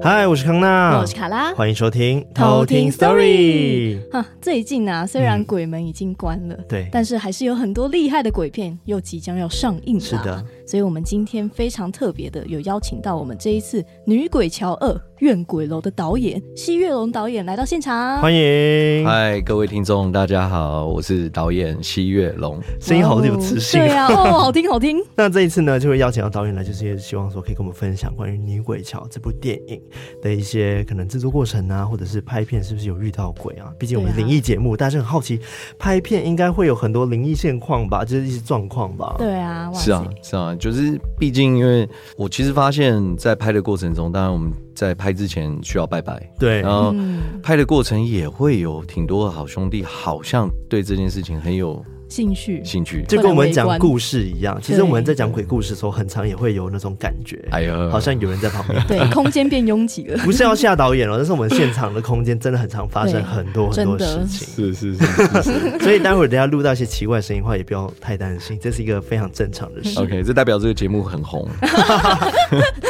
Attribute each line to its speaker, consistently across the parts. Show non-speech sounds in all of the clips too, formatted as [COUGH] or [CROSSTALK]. Speaker 1: 嗨，我是康娜，
Speaker 2: 我是卡拉。
Speaker 1: 啊欢迎收听
Speaker 2: 偷听
Speaker 1: Story。
Speaker 2: 哈，最近啊，虽然
Speaker 1: 嗯
Speaker 2: 鬼门已经关了，
Speaker 1: 对，
Speaker 2: 但是还是有很多厉害的鬼片又即将要上映啦
Speaker 1: 是的，
Speaker 2: 所以我们今天非常特别的有邀请到我们这一次《女鬼桥二怨鬼楼》的导演西月龙导演来到现场。
Speaker 1: 欢迎，
Speaker 3: 嗨，各位听众，大家好，我是导演西月龙。
Speaker 1: 声音好有磁性、
Speaker 2: 哦对啊，哦，好听好听。
Speaker 1: [LAUGHS] 那这一次呢，就会邀请到导演来，就是也希望说可以跟我们分享关于《女鬼桥》这部电影的一些可能制作过程啊，或者是拍片是不是有遇到鬼啊？毕竟我们
Speaker 2: 对啊
Speaker 1: 灵异节目，大家就很好奇，拍片应该会有很多灵异现况吧，就是一些状况吧。
Speaker 2: 对啊，哇塞
Speaker 3: 是啊，是啊，就是毕竟，因为我其实发现，在拍的过程中，当然我们在拍之前需要拜拜，
Speaker 1: 对
Speaker 3: 然后
Speaker 2: 嗯，
Speaker 3: 拍的过程也会有挺多的好兄弟，好像对这件事情很有
Speaker 2: 兴趣
Speaker 1: 嗯
Speaker 3: 兴趣。
Speaker 1: 就跟我
Speaker 2: 不
Speaker 1: 们
Speaker 2: 能
Speaker 1: 讲
Speaker 2: 围观
Speaker 1: 故事一样，其实
Speaker 2: 对
Speaker 1: 我们在讲鬼故事的时候，很常也会有那种感觉，
Speaker 3: 哎呦，
Speaker 1: 好像有人在旁边。
Speaker 2: 对，空间变拥挤了。 [LAUGHS]
Speaker 1: 不是要吓导演哦，但是我们现场的空间真的很常发生
Speaker 2: 对
Speaker 1: 很多很多
Speaker 2: 真
Speaker 1: 事
Speaker 2: 的
Speaker 1: 情。
Speaker 3: 是是是
Speaker 1: [LAUGHS]
Speaker 3: 是是
Speaker 1: 所以待会儿等一下录到一些奇怪的声音的话，也不要太担心，这是一个非常正常的
Speaker 2: [LAUGHS]
Speaker 1: 事。
Speaker 3: ，OK，这代表这个节目很红。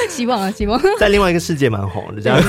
Speaker 2: 希望啊，希望。
Speaker 1: 在另外一个世界蛮红的这样子。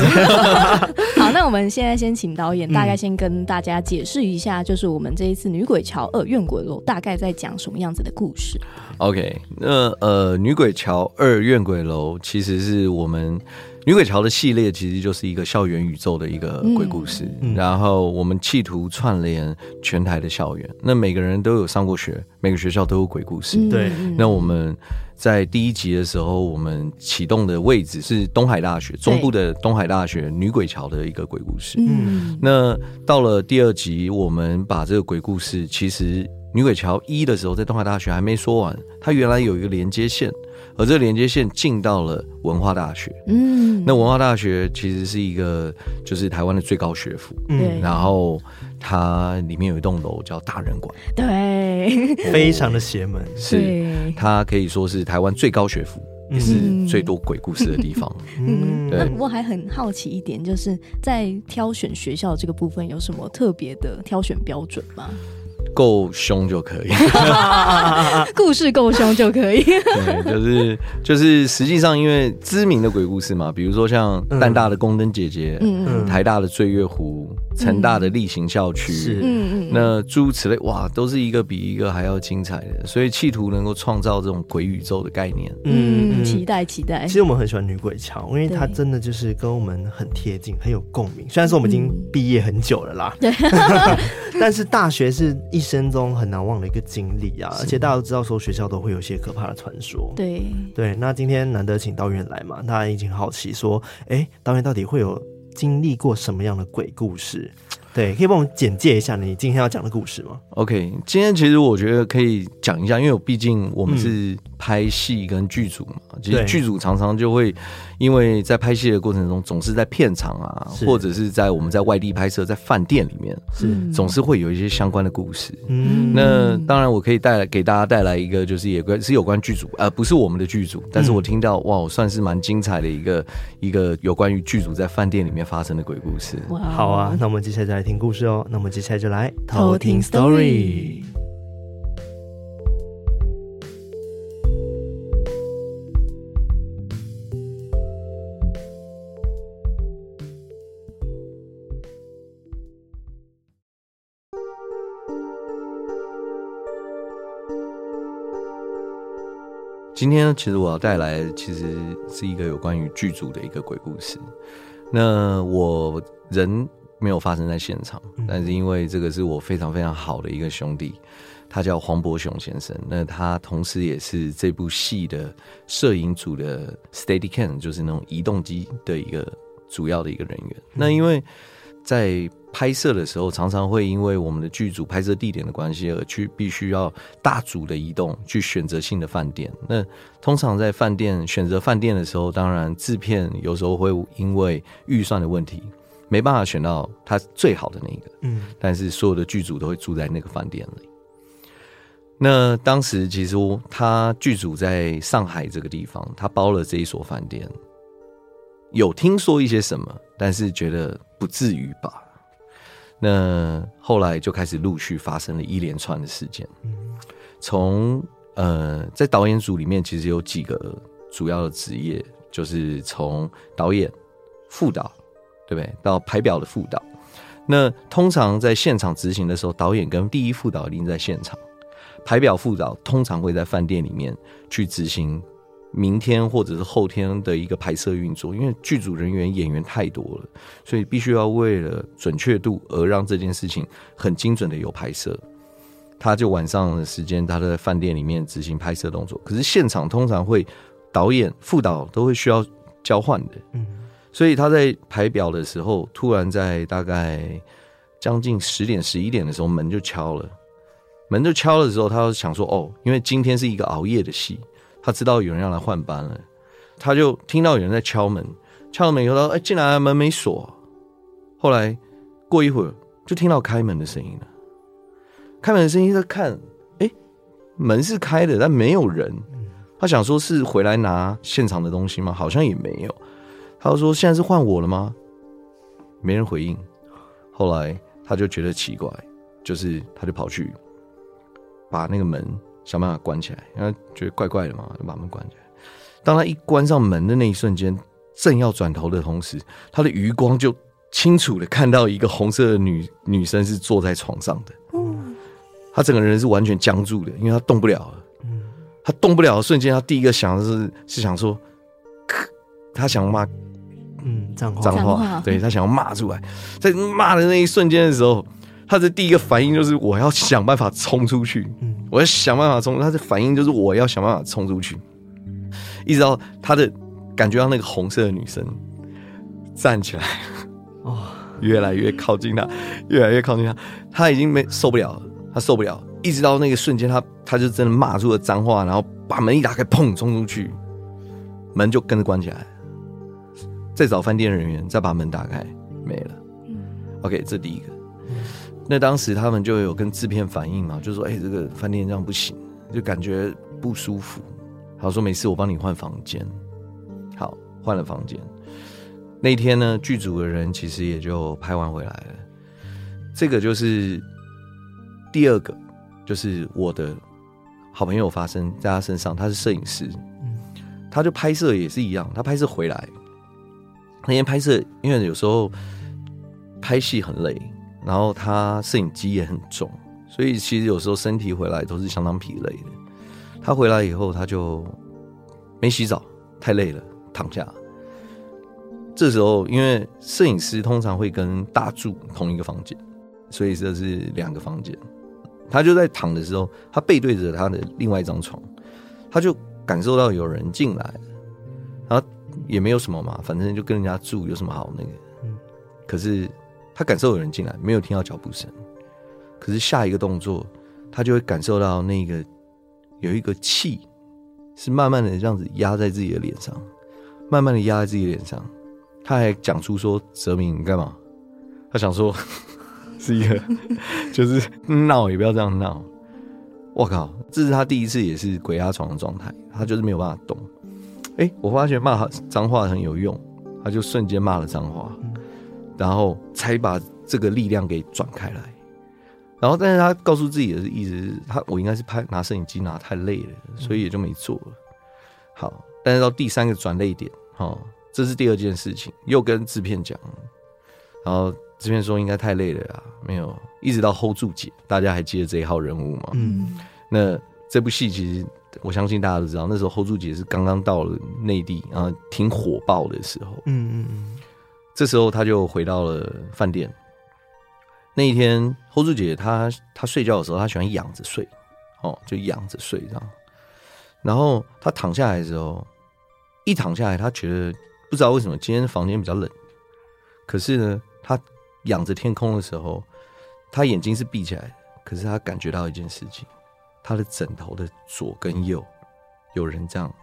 Speaker 2: [LAUGHS] 好，那我们现在先请导演大概先跟大家解释一下，就是我们这一次《女鬼桥二怨鬼楼》大概在讲什么样子的故事？
Speaker 3: OK，那呃，《女鬼桥二怨鬼楼》其实是我们《女鬼桥》的系列，其实就是一个校园宇宙的一个鬼故事。
Speaker 1: 嗯
Speaker 3: 然后我们企图串联全台的校园，那每个人都有上过学，每个学校都有鬼故事。
Speaker 1: 对
Speaker 2: 嗯
Speaker 3: 那我们在第一集的时候，我们启动的位置是东海大学中部的东海大学女鬼桥的一个鬼故事。
Speaker 2: 嗯，
Speaker 3: 那到了第二集，我们把这个鬼故事，其实《女鬼桥一》的时候，在东海大学还没说完，它原来有一个连接线，而这个连接线进到了文化大学。
Speaker 2: 嗯，
Speaker 3: 那文化大学其实是一个，就是台湾的最高学府，
Speaker 1: 嗯
Speaker 2: 对
Speaker 3: 然后它里面有一栋楼叫大人馆，哦
Speaker 2: 对
Speaker 1: 非常的邪门。
Speaker 3: 是嗯
Speaker 2: 对，
Speaker 3: 它可以说是台湾最高学府，也是最多鬼故事的地方。
Speaker 1: 嗯，
Speaker 2: 那我还很好奇一点，就是在挑选学校这个部分有什么特别的挑选标准吗？
Speaker 3: 够凶就可以。
Speaker 2: 故事够凶就可以。
Speaker 3: [LAUGHS] 对，就是就是，实际上因为知名的鬼故事嘛，比如说像
Speaker 1: 嗯
Speaker 3: 淡大的宫灯姐姐，
Speaker 2: 嗯
Speaker 1: 嗯
Speaker 3: 台大的醉月湖，成大的例行校区，
Speaker 1: 是
Speaker 2: 嗯嗯，
Speaker 3: 那诸如此类，哇，都是一个比一个还要精彩的，所以企图能够创造这种鬼宇宙的概念。
Speaker 2: 嗯，期待期待
Speaker 1: 其。实我们很喜欢女鬼桥，因为它
Speaker 2: 对
Speaker 1: 真的就是跟我们很贴近，很有共鸣。虽然说我们已经
Speaker 2: 嗯
Speaker 1: 毕业很久了
Speaker 2: [LAUGHS]
Speaker 1: 啦，但是大学是一生中很难忘的一个经历啊。而且大家都知道说学校都会有一些可怕的传说。
Speaker 2: 对，
Speaker 1: 对，那今天难得请导演来嘛，大家已经好奇说，哎，导演到底会有经历过什么样的鬼故事？对，可以帮我们简介一下你今天要讲的故事吗？
Speaker 3: OK，今天其实我觉得可以讲一下，因为我毕竟我们是拍戏跟剧组嘛，其
Speaker 1: 嗯对
Speaker 3: 实剧组常常就会因为在拍戏的过程中，总是在片场啊，
Speaker 1: 是
Speaker 3: 或者是在我们在外地拍摄，在饭店里面，
Speaker 2: 嗯
Speaker 3: 总是会有一些相关的故事。
Speaker 1: 嗯
Speaker 3: 那当然，我可以带来给大家带来一个，就是也关是有关剧组，呃，不是我们的剧组，但是我听到、哇，我算是蛮精彩的一个一个有关于剧组在饭店里面发生的鬼故事。
Speaker 2: 哇哦
Speaker 1: 好啊，，那我们接下来就来听故事哦。那我们接下来就来
Speaker 2: 偷听 story。
Speaker 3: 今天其实我要带来的其实是一个有关于剧组的一个鬼故事。那我人没有发生在现场，但是因为这个是我非常非常好的一个兄弟，他叫黄伯雄先生。那他同时也是这部戏的摄影组的 Steadicam，就是那种移动机的一个主要的一个人员。那因为在拍摄的时候，常常会因为我们的剧组拍摄地点的关系，而去必须要大组的移动，去选择性的饭店。那通常在饭店选择饭店的时候，当然制片有时候会因为预算的问题，没办法选到他最好的那一个。
Speaker 1: 嗯
Speaker 3: 但是所有的剧组都会住在那个饭店里。那当时其实我他剧组在上海这个地方，他包了这一所饭店，有听说一些什么，但是觉得不至于吧。那后来就开始陆续发生了一连串的事件。从呃，在导演组里面其实有几个主要的职业，就是从导演、副导，对不对？到排表的副导。那通常在现场执行的时候，导演跟第一副导一定在现场，排表副导通常会在饭店里面去执行明天或者是后天的一个拍摄运作，因为剧组人员演员太多了，所以必须要为了准确度而让这件事情很精准的有拍摄。他就晚上的时间，他在饭店里面执行拍摄动作。可是现场通常会导演、副导都会需要交换的，
Speaker 1: 嗯，
Speaker 3: 所以他在排表的时候，突然在大概将近十点、十一点的时候，门就敲了。门就敲的时候，他想说：“哦，因为今天是一个熬夜的戏，他知道有人要来换班了，他就听到有人在敲门。敲了门以后，他说：‘哎、进来，门没锁。’后来过一会儿，就听到开门的声音了。”开门的声音，他看，哎、门是开的，但没有人。他想说是回来拿现场的东西吗？好像也没有。他就说现在是换我了吗？没人回应。后来他就觉得奇怪，就是他就跑去把那个门想办法关起来，因为觉得怪怪的嘛，就把门关起来。当他一关上门的那一瞬间，正要转头的同时，他的余光就清楚的看到一个红色的女女生是坐在床上的。他整个人是完全僵住的，因为他动不了了。他动不了的瞬间，他第一个想的是是想说，咳他想骂
Speaker 1: 嗯，脏话，
Speaker 3: 脏
Speaker 2: 脏
Speaker 3: 话
Speaker 2: 话，
Speaker 3: 对他想要骂出来，在骂的那一瞬间的时候，他的第一个反应就是我要想办法冲出去，
Speaker 1: 嗯
Speaker 3: 我要想办法冲。他的反应就是我要想办法冲出去，一直到他的感觉到那个红色的女生站起来，
Speaker 1: 哦，
Speaker 3: 越来越靠近他，越来越靠近他，他已经没受不了了，他受不了，一直到那个瞬间，他他就真的骂出了脏话，然后把门一打开，砰，冲出去，门就跟着关起来。再找饭店人员，再把门打开，没了。OK，这第一个。那当时他们就有跟制片反映嘛，就说：“哎、这个饭店这样不行，就感觉不舒服。”他说：“没事，我帮你换房间。”好，换了房间。那天呢，剧组的人其实也就拍完回来了。这个就是第二个，就是我的好朋友发生在他身上，他是摄影师，他就拍摄也是一样，他拍摄回来，那天拍摄因为有时候拍戏很累，然后他摄影机也很重，所以其实有时候身体回来都是相当疲累的。他回来以后，他就没洗澡，太累了，躺下。这时候，因为摄影师通常会跟大柱同一个房间，所以这是两个房间。他就在躺的时候，他背对着他的另外一张床，他就感受到有人进来了，然后也没有什么嘛，反正就跟人家住有什么好那个。可是他感受有人进来，没有听到脚步声，可是下一个动作，他就会感受到那个有一个气是慢慢的这样子压在自己的脸上，慢慢的压在自己的脸上。他还讲出说：“泽明，你干嘛？”他想说 [LAUGHS] 是一个， [LAUGHS] 就是闹也不要这样闹。我靠，这是他第一次也是鬼压床的状态，他就是没有办法动。哎、我发现骂脏话很有用，他就瞬间骂了脏话，然后才把这个力量给转开来。然后，但是他告诉自己的意思是，他我应该是拍拿摄影机拿太累了，所以也就没做了。好，但是到第三个转泪点，哦，这是第二件事情，又跟制片讲，然后制片说应该太累了啊，没有，一直到 hold 住姐，大家还记得这一号人物吗？
Speaker 1: 嗯，
Speaker 3: 那这部戏其实我相信大家都知道，那时候 hold 住姐是刚刚到了内地啊，然后挺火爆的时候，
Speaker 1: 嗯嗯嗯，
Speaker 3: 这时候他就回到了饭店。那一天，hold 住姐她她睡觉的时候，她喜欢仰着睡，哦，就仰着睡这样。然后她躺下来的时候，一躺下来，她觉得不知道为什么今天房间比较冷，可是呢，她仰着天空的时候，她眼睛是闭起来的，可是她感觉到一件事情，她的枕头的左跟右有人这样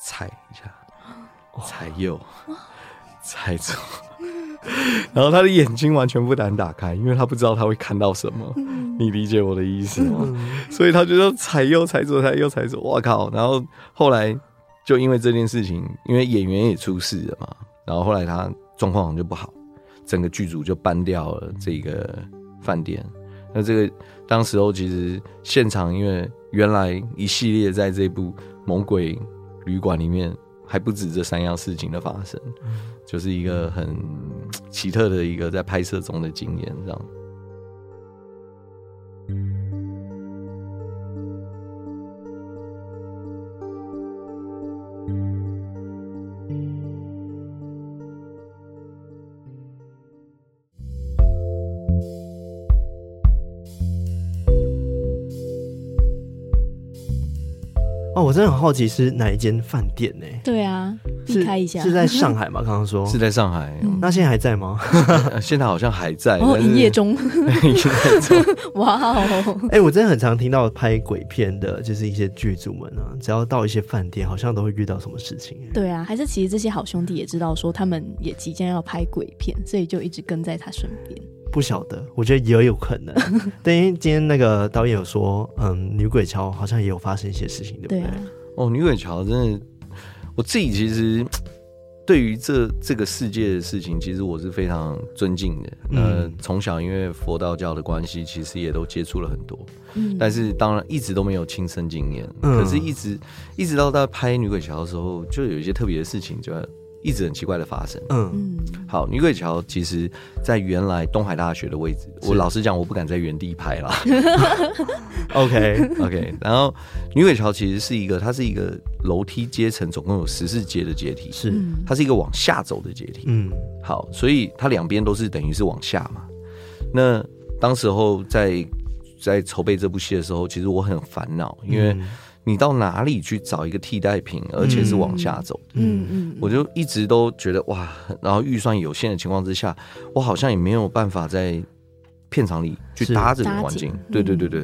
Speaker 3: 踩一下，踩右，踩左。然后他的眼睛完全不敢打开，因为他不知道他会看到什么。你理解我的意思吗？所以他就说踩右踩左踩右踩左，我靠！然后后来就因为这件事情，因为演员也出事了嘛，然后后来他状况好像就不好，整个剧组就搬掉了这个饭店，那这个当时候其实现场，因为原来一系列在这部《猛鬼旅馆》里面还不止这三样事情的发生，就是一个很奇特的一个在拍摄中的经验，这样。
Speaker 1: 哦，我真的很好奇是哪一间饭店呢、
Speaker 2: 对啊，避
Speaker 1: 是
Speaker 2: 开一下
Speaker 1: 是在上海吗？刚刚说
Speaker 3: 是在上海，
Speaker 2: 嗯
Speaker 1: 那现在还在吗？
Speaker 3: 呃现在好像还在，
Speaker 2: 哦，
Speaker 3: 但是
Speaker 2: 营
Speaker 3: [LAUGHS]
Speaker 2: 业中，
Speaker 3: 营业中
Speaker 2: 哇哦，
Speaker 1: 哎、我真的很常听到拍鬼片的，就是一些剧组们啊，只要到一些饭店，好像都会遇到什么事情、哎
Speaker 2: [LAUGHS] 对啊，还是其实这些好兄弟也知道说他们也即将要拍鬼片，所以就一直跟在他身边。
Speaker 1: 不晓得，我觉得也有可能。对，因为今天那个导演有说，嗯，女鬼桥好像也有发生一些事情，对不
Speaker 2: 对
Speaker 1: 对？
Speaker 2: 啊，
Speaker 3: 哦，女鬼桥真的，我自己其实对于这这个世界的事情，其实我是非常尊敬的。
Speaker 1: 嗯
Speaker 3: 呃，从小因为佛道教的关系，其实也都接触了很多，
Speaker 2: 嗯，
Speaker 3: 但是当然一直都没有亲身经验。
Speaker 1: 嗯
Speaker 3: 可是，一直一直到在拍女鬼桥的时候，就有一些特别的事情，就一直很奇怪的发生。
Speaker 1: 嗯
Speaker 2: 嗯，
Speaker 3: 好，女鬼桥其实，在原来东海大学的位置，
Speaker 1: 是
Speaker 3: 我老实讲，我不敢在原地拍啦。
Speaker 1: ，OK，
Speaker 3: OK，然 [LAUGHS] 后女鬼桥其实是一个，它是一个楼梯阶层，总共有十四阶的阶梯，
Speaker 1: 是，
Speaker 2: 嗯
Speaker 3: 它是一个往下走的阶梯。
Speaker 1: 嗯
Speaker 3: 好，所以它两边都是等于是往下嘛。那当时候在在筹备这部戏的时候，其实我很烦恼，因为
Speaker 1: 嗯
Speaker 3: 你到哪里去找一个替代品，而且是往下走。
Speaker 2: 嗯嗯，
Speaker 3: 我就一直都觉得哇，然后预算有限的情况之下，我好像也没有办法在片场里去
Speaker 1: 是
Speaker 3: 搭这个
Speaker 2: 搭
Speaker 3: 环
Speaker 2: 景嗯
Speaker 3: 境。对对对对，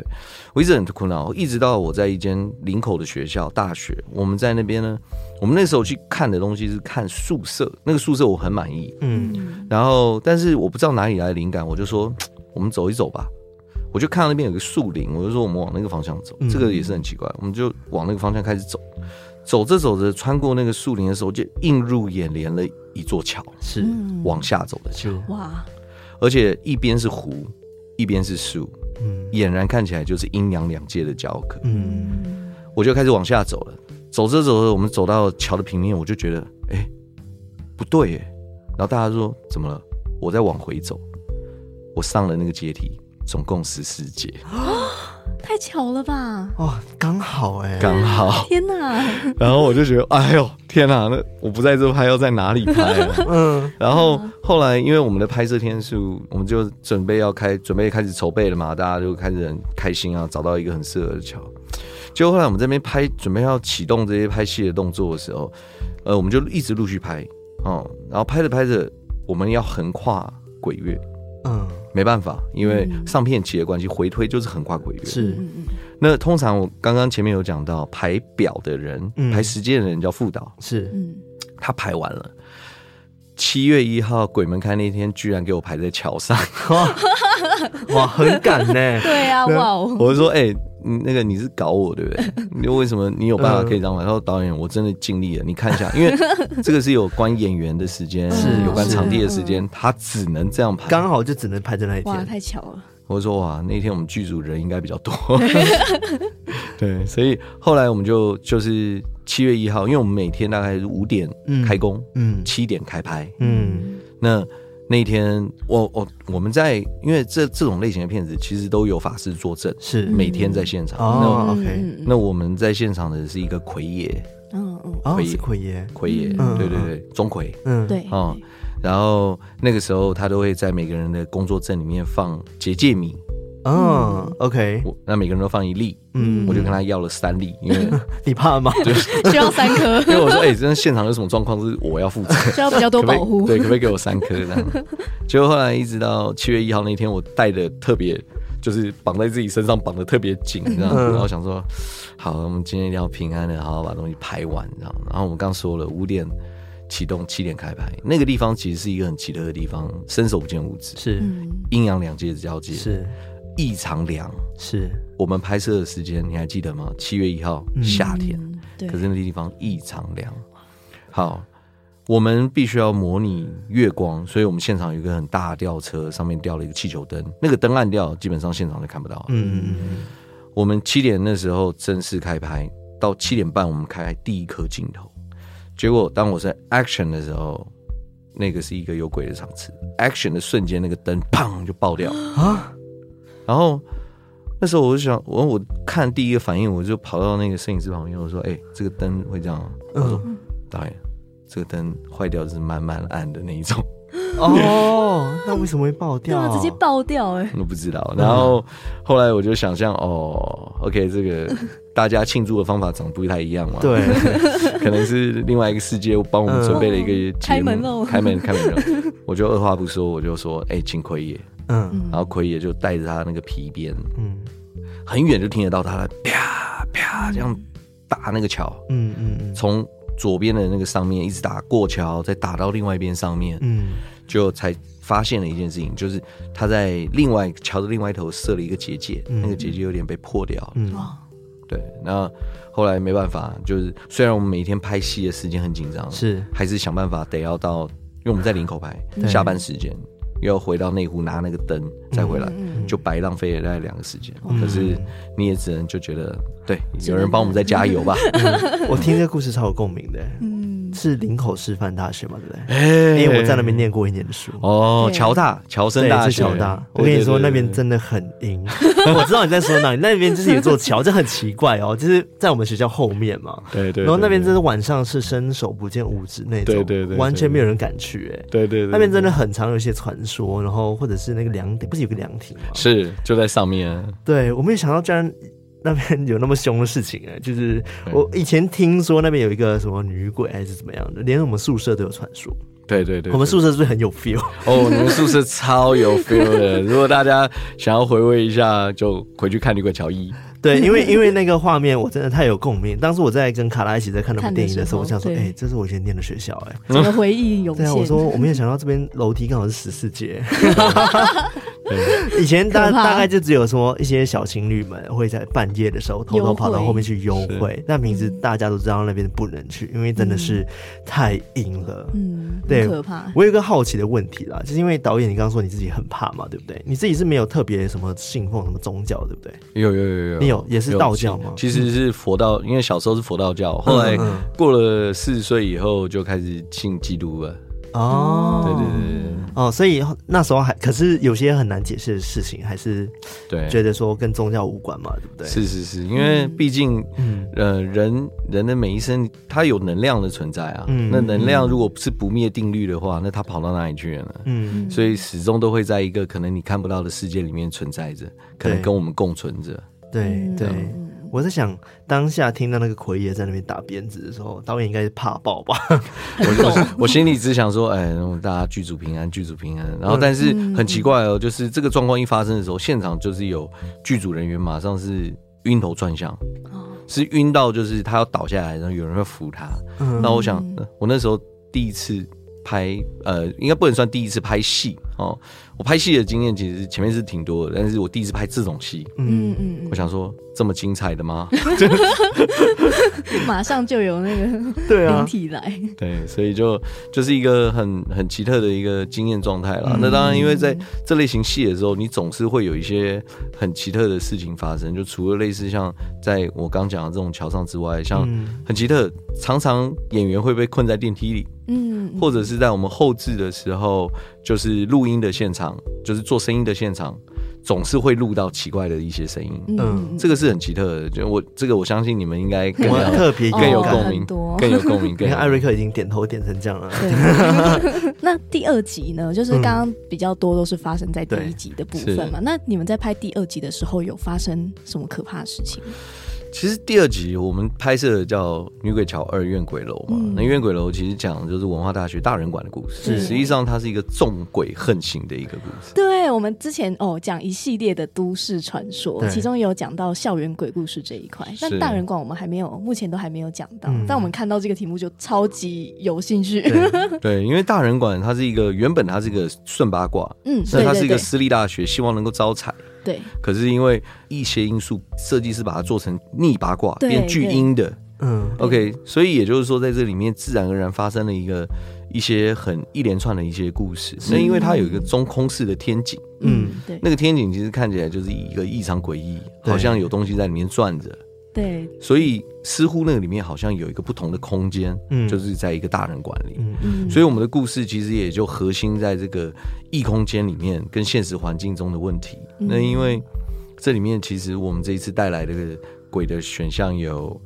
Speaker 3: 我一直很苦恼，一直到我在一间林口的学校大学，我们在那边呢，我们那时候去看的东西是看宿舍，那个宿舍我很满意，
Speaker 1: 嗯
Speaker 2: 嗯
Speaker 3: 然后但是我不知道哪里来的灵感，我就说我们走一走吧。我就看到那边有个树林，我就说我们往那个方向走，
Speaker 1: 嗯
Speaker 3: 这个也是很奇怪，我们就往那个方向开始走。走着走着，穿过那个树林的时候，就映入眼帘了一座桥，
Speaker 1: 是
Speaker 2: 嗯，
Speaker 3: 往下走的桥，
Speaker 1: 是，
Speaker 2: 哇，
Speaker 3: 而且一边是湖，一边是树，
Speaker 1: 嗯
Speaker 3: 俨然看起来就是阴阳两界的交隔。
Speaker 1: 嗯
Speaker 3: 我就开始往下走了。走着走着，我们走到桥的平面，我就觉得，哎、不对耶。然后大家说怎么了？我在往回走，我上了那个阶梯，总共十四阶，
Speaker 2: 太巧了吧！
Speaker 1: 哦，刚好哎、
Speaker 3: 刚好。
Speaker 2: 天哪，
Speaker 3: 然后我就觉得，哎呦，天哪、那我不在这拍，要在哪里拍、啊？
Speaker 1: 嗯
Speaker 3: 然后后来，因为我们的拍摄天数，我们就准备要开，准备开始筹备了嘛，大家就开始很开心啊，找到一个很适合的桥。结果后来我们这边拍，准备要启动这些拍戏的动作的时候，呃，我们就一直陆续拍，哦、然后拍着拍着，我们要横跨鬼月，
Speaker 1: 嗯，
Speaker 3: 没办法，因为
Speaker 2: 嗯
Speaker 3: 上片期的关系，回推就是横跨鬼月。
Speaker 1: 是，
Speaker 2: 嗯嗯
Speaker 3: 那通常我刚刚前面有讲到，排表的人，
Speaker 1: 嗯
Speaker 3: 排时间的人叫副导，
Speaker 1: 是，
Speaker 2: 嗯，
Speaker 3: 他排完了。七月一号鬼门开那天，居然给我排在桥上。 [LAUGHS]
Speaker 1: 哇哇，很赶呢、
Speaker 2: [LAUGHS] 对啊，哇哦，
Speaker 3: 我就说：“哎、你那个你是搞我对不对？ [LAUGHS] 你为什么你有办法可以让我？”他说：“导演，我真的尽力了，你看一下，因为这个是有关演员的时间，
Speaker 1: 是
Speaker 3: 有关
Speaker 1: 是
Speaker 3: 场地的时间，他只能这样排。”
Speaker 1: 刚好就只能拍在那一
Speaker 2: 哇，
Speaker 1: 天，
Speaker 2: 太巧了，
Speaker 3: 我就说：“哇，那天我们剧组人应该比较
Speaker 1: [LAUGHS]
Speaker 3: 多。”对，所以后来我们就就是七月一号，因为我们每天大概是五点
Speaker 1: 嗯
Speaker 3: 开工，
Speaker 1: 嗯
Speaker 3: 七、点开拍，
Speaker 1: 嗯
Speaker 3: 那那一天，我我我们在，因为这这种类型的片子其实都有法师作证，
Speaker 1: 是，
Speaker 3: 每天在现场。
Speaker 1: 嗯哦
Speaker 2: 嗯
Speaker 1: OK
Speaker 2: 嗯
Speaker 3: 那那我们在现场的是一个奎爷，
Speaker 2: 嗯嗯，
Speaker 1: 哦
Speaker 3: 奎爷
Speaker 1: 是奎爷，
Speaker 3: 奎爷，
Speaker 1: 嗯
Speaker 3: 对对对，钟馗。
Speaker 1: 嗯
Speaker 2: 对，
Speaker 3: 哦然后那个时候他都会在每个人的工作证里面放结界米，
Speaker 1: 嗯 OK，
Speaker 3: 我那每个人都放一粒，
Speaker 1: 嗯，
Speaker 3: 我就跟他要了三粒，因为，
Speaker 1: 你怕吗？
Speaker 2: 需要三颗
Speaker 3: 因为我说，哎、真的现场有什么状况是我要负责。
Speaker 2: 需要比较多
Speaker 3: 可不可以
Speaker 2: 保护，
Speaker 3: 对，可不可以给我三颗这样？结果后来一直到七月一号那天，我带的特别，就是绑在自己身上绑的特别紧，这样。
Speaker 1: 嗯
Speaker 3: 然后想说，好，我们今天一定要平安的，好好把东西排完，这样。然后我们刚说了，五点启动，七点开拍，那个地方其实是一个很奇特的地方，伸手不见五指，
Speaker 1: 是
Speaker 2: 嗯，
Speaker 3: 阴阳两界的交界，
Speaker 1: 是
Speaker 3: 异常凉。
Speaker 1: 是，
Speaker 3: 我们拍摄的时间你还记得吗？七月一号，夏天。
Speaker 2: 嗯，对，
Speaker 3: 可是那地方异常凉。好，我们必须要模拟月光，所以我们现场有一个很大的吊车，上面吊了一个气球灯，那个灯暗掉，基本上现场就看不到。
Speaker 1: 嗯嗯
Speaker 3: 我们七点那时候正式开拍，到七点半我们开第一颗镜头，结果当我在 action 的时候，那个是一个有鬼的场次，action 的瞬间那个灯砰就爆掉，
Speaker 1: 嗯啊，
Speaker 3: 然后那时候我就想，我我看第一个反应，我就跑到那个摄影师旁边，我说：“哎、这个灯会这样啊？”
Speaker 1: 嗯
Speaker 3: 他说：“导演，这个灯坏掉是慢慢暗的那一种。” [LAUGHS]
Speaker 1: 嗯哦，那为什么会爆
Speaker 2: 对
Speaker 1: 掉？
Speaker 2: 啊，直接爆掉哎、
Speaker 3: 我不知道。然后后来我就想象，哦，OK，这个大家庆祝的方法长不太一样嘛，， [LAUGHS]
Speaker 1: 对，
Speaker 3: 可能是另外一个世界帮我们准备了一个
Speaker 2: 开
Speaker 3: 节目
Speaker 2: 门喽
Speaker 3: 开门开门喽我就二话不说，我就说，哎、请奎爷，
Speaker 1: 嗯
Speaker 3: 然后奎爷就带着他那个皮鞭，
Speaker 1: 嗯
Speaker 3: 很远就听得到他的啪啪这样打那个桥，
Speaker 1: 嗯嗯
Speaker 3: 从左边的那个上面一直打过桥，再打到另外一边上面，
Speaker 1: 嗯
Speaker 3: 就才发现了一件事情，就是他在另外桥的另外一头设了一个结界，
Speaker 1: 嗯
Speaker 3: 那个结界有点被破掉了。
Speaker 1: 嗯嗯，
Speaker 2: 哇，
Speaker 3: 对，那后来没办法，就是虽然我们每天拍戏的时间很紧张， [LAUGHS]
Speaker 1: 是
Speaker 3: 还是想办法得要到，因为我们在林口拍，
Speaker 1: 对
Speaker 3: 下班时间又要回到内湖拿那个灯再回来，
Speaker 2: 嗯
Speaker 3: 就白浪费了大概两个时间。
Speaker 1: 嗯
Speaker 3: 可是你也只能就觉得，对，
Speaker 2: 嗯
Speaker 3: 有人帮我们再
Speaker 2: [LAUGHS]
Speaker 3: 加油吧。
Speaker 1: 我听这个故事超有共鸣的，
Speaker 2: 嗯，
Speaker 1: 是林口师范大学嘛，对不对？
Speaker 3: 哎
Speaker 1: 因为我在那边念过一年的书。
Speaker 3: 哦，
Speaker 2: 对
Speaker 3: 乔大，乔生
Speaker 1: 对，
Speaker 3: 大
Speaker 1: 是
Speaker 3: 学，
Speaker 1: 桥大。我
Speaker 3: 对
Speaker 1: 跟你
Speaker 3: 对
Speaker 1: 说，
Speaker 3: 对
Speaker 1: 那边
Speaker 3: 对
Speaker 1: 真的很阴。我知道你在说哪里，那边就是有座桥，这很奇怪哦，就是在我们学校后面嘛。
Speaker 3: 对对对，
Speaker 1: 然后那边真
Speaker 3: 的，
Speaker 1: 是晚上是伸手不见五指那种，
Speaker 3: 对对对对
Speaker 1: 完全没有人敢去哎。
Speaker 3: 对对对，
Speaker 1: 那边真的很常有一些传说，然后或者是那个凉亭，不是有个凉亭吗？
Speaker 3: 是就在上面啊，
Speaker 1: 对，我没有想到居然那边有那么凶的事情哎、就是
Speaker 3: 对
Speaker 1: 我以前听说那边有一个什么女鬼还是怎么样的，连我们宿舍都有传说。
Speaker 3: 对对对，
Speaker 1: 我们
Speaker 3: 对
Speaker 1: 宿舍是不是很有
Speaker 3: [LAUGHS]
Speaker 1: feel？
Speaker 3: 哦，你们宿舍超有 feel 的。 [LAUGHS] 如果大家想要回味一下，就回去看《女鬼乔伊》。
Speaker 1: 对，因为因为那个画面我真的太有共鸣。当时我在跟卡拉一起在看那部
Speaker 2: 看的
Speaker 1: 电影的
Speaker 2: 时
Speaker 1: 时候，我
Speaker 2: 候
Speaker 1: 想说，
Speaker 2: 对
Speaker 1: 哎、这是我以前念的学校哎、
Speaker 2: 整个回忆涌
Speaker 1: 对啊，
Speaker 2: 现。
Speaker 1: 我说我没有想到这边楼梯刚好是十四阶。
Speaker 3: 对，
Speaker 1: 以前大
Speaker 2: 可怕
Speaker 1: 大概就只有说一些小情侣们会在半夜的时候偷偷跑到后面去幽
Speaker 3: 幽
Speaker 1: 会
Speaker 3: 会，
Speaker 1: 但平
Speaker 2: 嗯
Speaker 1: 时大家都知道那边不能去，因为真的是太阴了。
Speaker 2: 嗯，
Speaker 1: 对
Speaker 2: 很可怕。
Speaker 1: 我有一个好奇的问题啦，就是因为导演，你刚刚说你自己很怕嘛，对不对？你自己是没有特别什么信奉什么宗教，对不对？
Speaker 3: 有有有有，
Speaker 1: 你有也是道教吗
Speaker 3: 其其实是佛道，因为小时候是佛道教，后来
Speaker 1: 嗯嗯
Speaker 3: 过了四十岁以后就开始信基督了。
Speaker 1: 哦，
Speaker 3: 对对对
Speaker 1: 哦，所以那时候还可是有些很难解释的事情，还是
Speaker 3: 对对
Speaker 1: 觉得说跟宗教无关嘛，对不对？
Speaker 3: 对，，是是是，因为毕竟。
Speaker 1: 嗯
Speaker 3: 呃，人人的每一生，它有能量的存在啊。
Speaker 1: 嗯
Speaker 3: 那能量如果不是不灭定律的话，那它跑到哪里去了呢？
Speaker 1: 嗯
Speaker 3: 所以始终都会在一个可能你看不到的世界里面存在着，可能
Speaker 1: 对
Speaker 3: 跟我们共存着。
Speaker 1: 对
Speaker 2: 嗯
Speaker 1: 对。
Speaker 2: 嗯
Speaker 1: 我在想，当下听到那个奎爷在那边打鞭子的时候，导演应该是怕爆吧？
Speaker 3: 我我我心里只想说，哎，大家剧组平安，剧组平安。然后，但是很奇怪哦，就是这个状况一发生的时候，现场就是有剧组人员马上是晕头转向，
Speaker 2: 哦
Speaker 3: 是晕到就是他要倒下来，然后有人会扶他。
Speaker 1: [LAUGHS] 嗯
Speaker 3: 那我想，呃我那时候第一次拍，呃，应该不能算第一次拍戏哦。我拍戏的经验其实前面是挺多的，但是我第一次拍这种戏，
Speaker 2: 嗯嗯
Speaker 3: 我想说这么精彩的吗？
Speaker 2: 嗯，马上就有那个
Speaker 1: 对啊
Speaker 2: 灵，体来，
Speaker 3: 对，所以就就是一个很很奇特的一个经验状态啦。那当然，因为
Speaker 1: 嗯
Speaker 3: 在这类型戏的时候，你总是会有一些很奇特的事情发生。就除了类似像在我刚讲的这种桥上之外，像
Speaker 1: 嗯
Speaker 3: 很奇特，常常演员会被困在电梯里，
Speaker 2: 嗯，
Speaker 3: 或者是在我们后置的时候，就是录音的现场，就是做声音的现场，总是会录到奇怪的一些声音。
Speaker 1: 嗯
Speaker 3: 这个是很奇特的，就我这个我相信你们应该更
Speaker 1: 我
Speaker 3: 了
Speaker 1: 特别
Speaker 3: 更有
Speaker 2: 哦
Speaker 3: 共
Speaker 2: 很
Speaker 3: 鸣
Speaker 2: 多，
Speaker 3: 更有
Speaker 1: [LAUGHS]
Speaker 3: 共鸣。
Speaker 1: 你
Speaker 3: 更有
Speaker 1: 看艾
Speaker 3: 共鸣
Speaker 1: 瑞克已经点头点成这样了， [LAUGHS]
Speaker 2: 对，那第二集呢？就是
Speaker 1: 嗯
Speaker 2: 刚刚比较多都是发生在第一集的部分嘛。那你们在拍第二集的时候，有发生什么可怕的事情？
Speaker 3: 其实第二集我们拍摄的叫《女鬼桥二怨鬼楼》嘛，
Speaker 2: 嗯
Speaker 3: 那怨鬼楼其实讲的就是文化大学大人馆的故
Speaker 2: 是
Speaker 3: 事，实际上它是一个纵鬼横行的一个故
Speaker 2: [LAUGHS]
Speaker 3: 事。
Speaker 2: 对我们之前哦讲一系列的都市传说，
Speaker 1: 对
Speaker 2: 其中有讲到校园鬼故事这一块，
Speaker 3: 是
Speaker 2: 但大人馆我们还没有，目前都还没有讲到。
Speaker 1: 嗯
Speaker 2: 但我们看到这个题目就超级有兴趣，
Speaker 1: 对，
Speaker 3: 对，因为大人馆它是一个原本它是一个顺八卦，
Speaker 2: 嗯，
Speaker 3: 那
Speaker 2: 对
Speaker 3: 它是一
Speaker 2: 对
Speaker 3: 个
Speaker 2: 对
Speaker 3: 私立大学，希望能够招财，
Speaker 2: 对，
Speaker 3: 可是因为一些因素，设计师把它做成逆八卦，
Speaker 2: 对
Speaker 3: 变巨阴的。
Speaker 1: 嗯
Speaker 3: OK，所以也就是说，在这里面自然而然发生了一个一些很一连串的一些故事。那因为它有一个中空式的天井，
Speaker 2: 嗯，对
Speaker 3: 那个天井其实看起来就是一个异常诡异，
Speaker 1: 对
Speaker 3: 好像有东西在里面转着，
Speaker 2: 对，
Speaker 3: 所以似乎那个里面好像有一个不同的空间，
Speaker 1: 嗯
Speaker 3: 就是在一个大人馆里。
Speaker 1: 嗯
Speaker 2: 嗯，
Speaker 3: 所
Speaker 2: 以
Speaker 3: 以我们的故事其实也就核心在这个异空间里面跟现实环境中的问题。
Speaker 2: 嗯
Speaker 3: 那因为这里面其实我们这一次带来的鬼的选
Speaker 1: [LAUGHS]
Speaker 3: 项有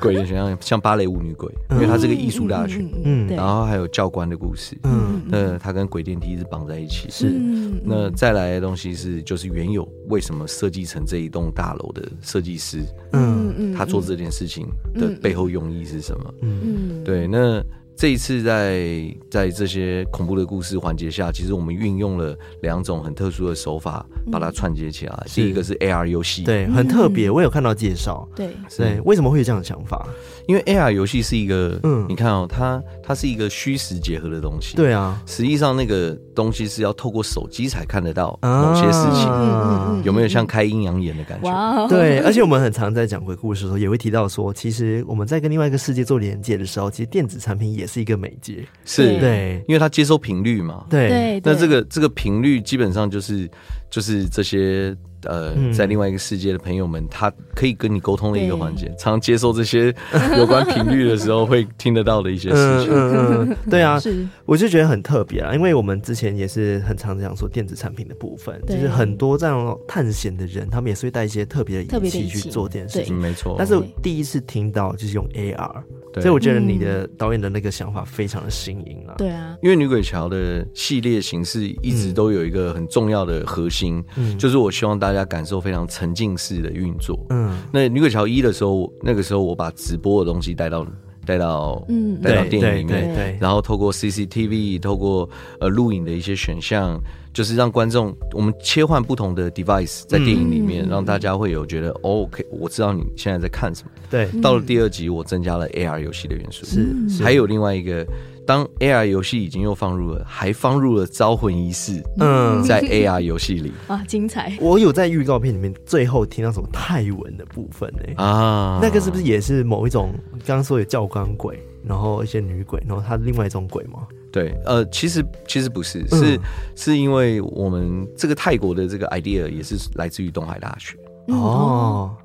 Speaker 3: 鬼的选项，像芭蕾舞女鬼，因为它是个艺术大学，
Speaker 2: 嗯
Speaker 1: 嗯
Speaker 2: 对，
Speaker 3: 然后还有教官的故事，
Speaker 1: 嗯
Speaker 3: 那它跟鬼电梯是绑在一起。
Speaker 1: 是
Speaker 2: 嗯
Speaker 3: 那再来的东西是，就是原有为什么设计成这一栋大楼的设计师，
Speaker 1: 嗯
Speaker 2: 嗯
Speaker 3: 他做这件事情的
Speaker 2: 嗯嗯
Speaker 3: 背后用意是什么？
Speaker 1: 嗯
Speaker 2: 嗯，
Speaker 3: 对，那这一次在在这些恐怖的故事环节下，其实我们运用了两种很特殊的手法把它串接起来。
Speaker 1: 嗯是
Speaker 3: 第一个是 AR 游戏，，
Speaker 1: 对，很特别，我有看到介绍。
Speaker 2: 对，
Speaker 1: 对，为什么会有这样的想法？
Speaker 3: 因为 AR 游戏是一个，
Speaker 1: 嗯
Speaker 3: 你看哦，它它是一个虚实结合的东西。，
Speaker 1: 对啊，
Speaker 3: 实际上那个东西是要透过手机才看得到某些事情，
Speaker 1: 啊
Speaker 2: 嗯
Speaker 3: 有没有像开阴阳眼的感觉？
Speaker 2: 哇哦，
Speaker 1: 对，而且我们很常在讲鬼故事的时候，也会提到说，其实我们在跟另外一个世界做连接的时候，其实电子产品也是一个媒介。
Speaker 3: 是，
Speaker 1: 对，
Speaker 3: 因为它接收频率嘛，
Speaker 1: 对，
Speaker 2: 对，
Speaker 3: 那
Speaker 2: 对
Speaker 3: 这个这个频率基本上就是就是这些呃
Speaker 1: 嗯，
Speaker 3: 在另外一个世界的朋友们，他可以跟你沟通的一个环节，常常接受
Speaker 1: [LAUGHS]
Speaker 3: 这些有关频率的时候，会听得到的一些事
Speaker 1: 嗯
Speaker 3: 情。
Speaker 1: 嗯
Speaker 2: [LAUGHS]
Speaker 1: 嗯，对啊，
Speaker 2: 是
Speaker 1: 我就觉得很特别啊，因为我们之前也是很常讲说电子产品的部分，就
Speaker 2: 对
Speaker 1: 是很多这样探险的人，他们也是会带一些特别
Speaker 2: 特
Speaker 1: 的仪
Speaker 2: 别的
Speaker 1: 器
Speaker 2: 仪器
Speaker 1: 去做这件事情
Speaker 3: 嗯。没错。
Speaker 1: 但是我第一次听到就是用 AR，
Speaker 3: 对
Speaker 1: 所以我觉得你的导演的那个想法非常的新颖啊。
Speaker 2: 对啊，
Speaker 3: 因为女鬼桥的系列形式一直都有一个很重要的核心，
Speaker 1: 嗯
Speaker 3: 就是我希望大家感受非常沉浸式的运作。
Speaker 1: 嗯，
Speaker 3: 那女鬼桥一的时候，那个时候我把直播的东西带到带到
Speaker 2: 嗯
Speaker 3: 带到
Speaker 1: 对
Speaker 3: 电影
Speaker 1: 对
Speaker 3: 里面，
Speaker 1: 对对，
Speaker 3: 然后透过 CCTV，透过呃录影的一些选项，就是让观众我们切换不同的 device 在电影里面，
Speaker 2: 嗯
Speaker 3: 让大家会有觉得、哦、OK，我知道你现在在看什么。
Speaker 1: 对
Speaker 2: 嗯
Speaker 3: 到了第二集，我增加了 AR 游戏的元素，
Speaker 1: 是
Speaker 2: 嗯
Speaker 1: 是
Speaker 3: 还有另外一个，当 AR 游戏已经又放入了，还放入了招魂仪式
Speaker 1: 嗯。
Speaker 3: 在 AR 游戏里
Speaker 2: 哇，啊精彩，
Speaker 1: 我有在预告片里面最后听到什么泰文的部分呢、
Speaker 3: 啊，
Speaker 1: 那个是不是也是某一种刚刚说有教官鬼，然后一些女鬼，然后它另外一种鬼吗？
Speaker 3: 对，呃，其实其实不是，
Speaker 1: 嗯
Speaker 3: 是、是因为我们这个泰国的这个 idea 也是来自于东海大学。
Speaker 2: 嗯，
Speaker 1: 哦，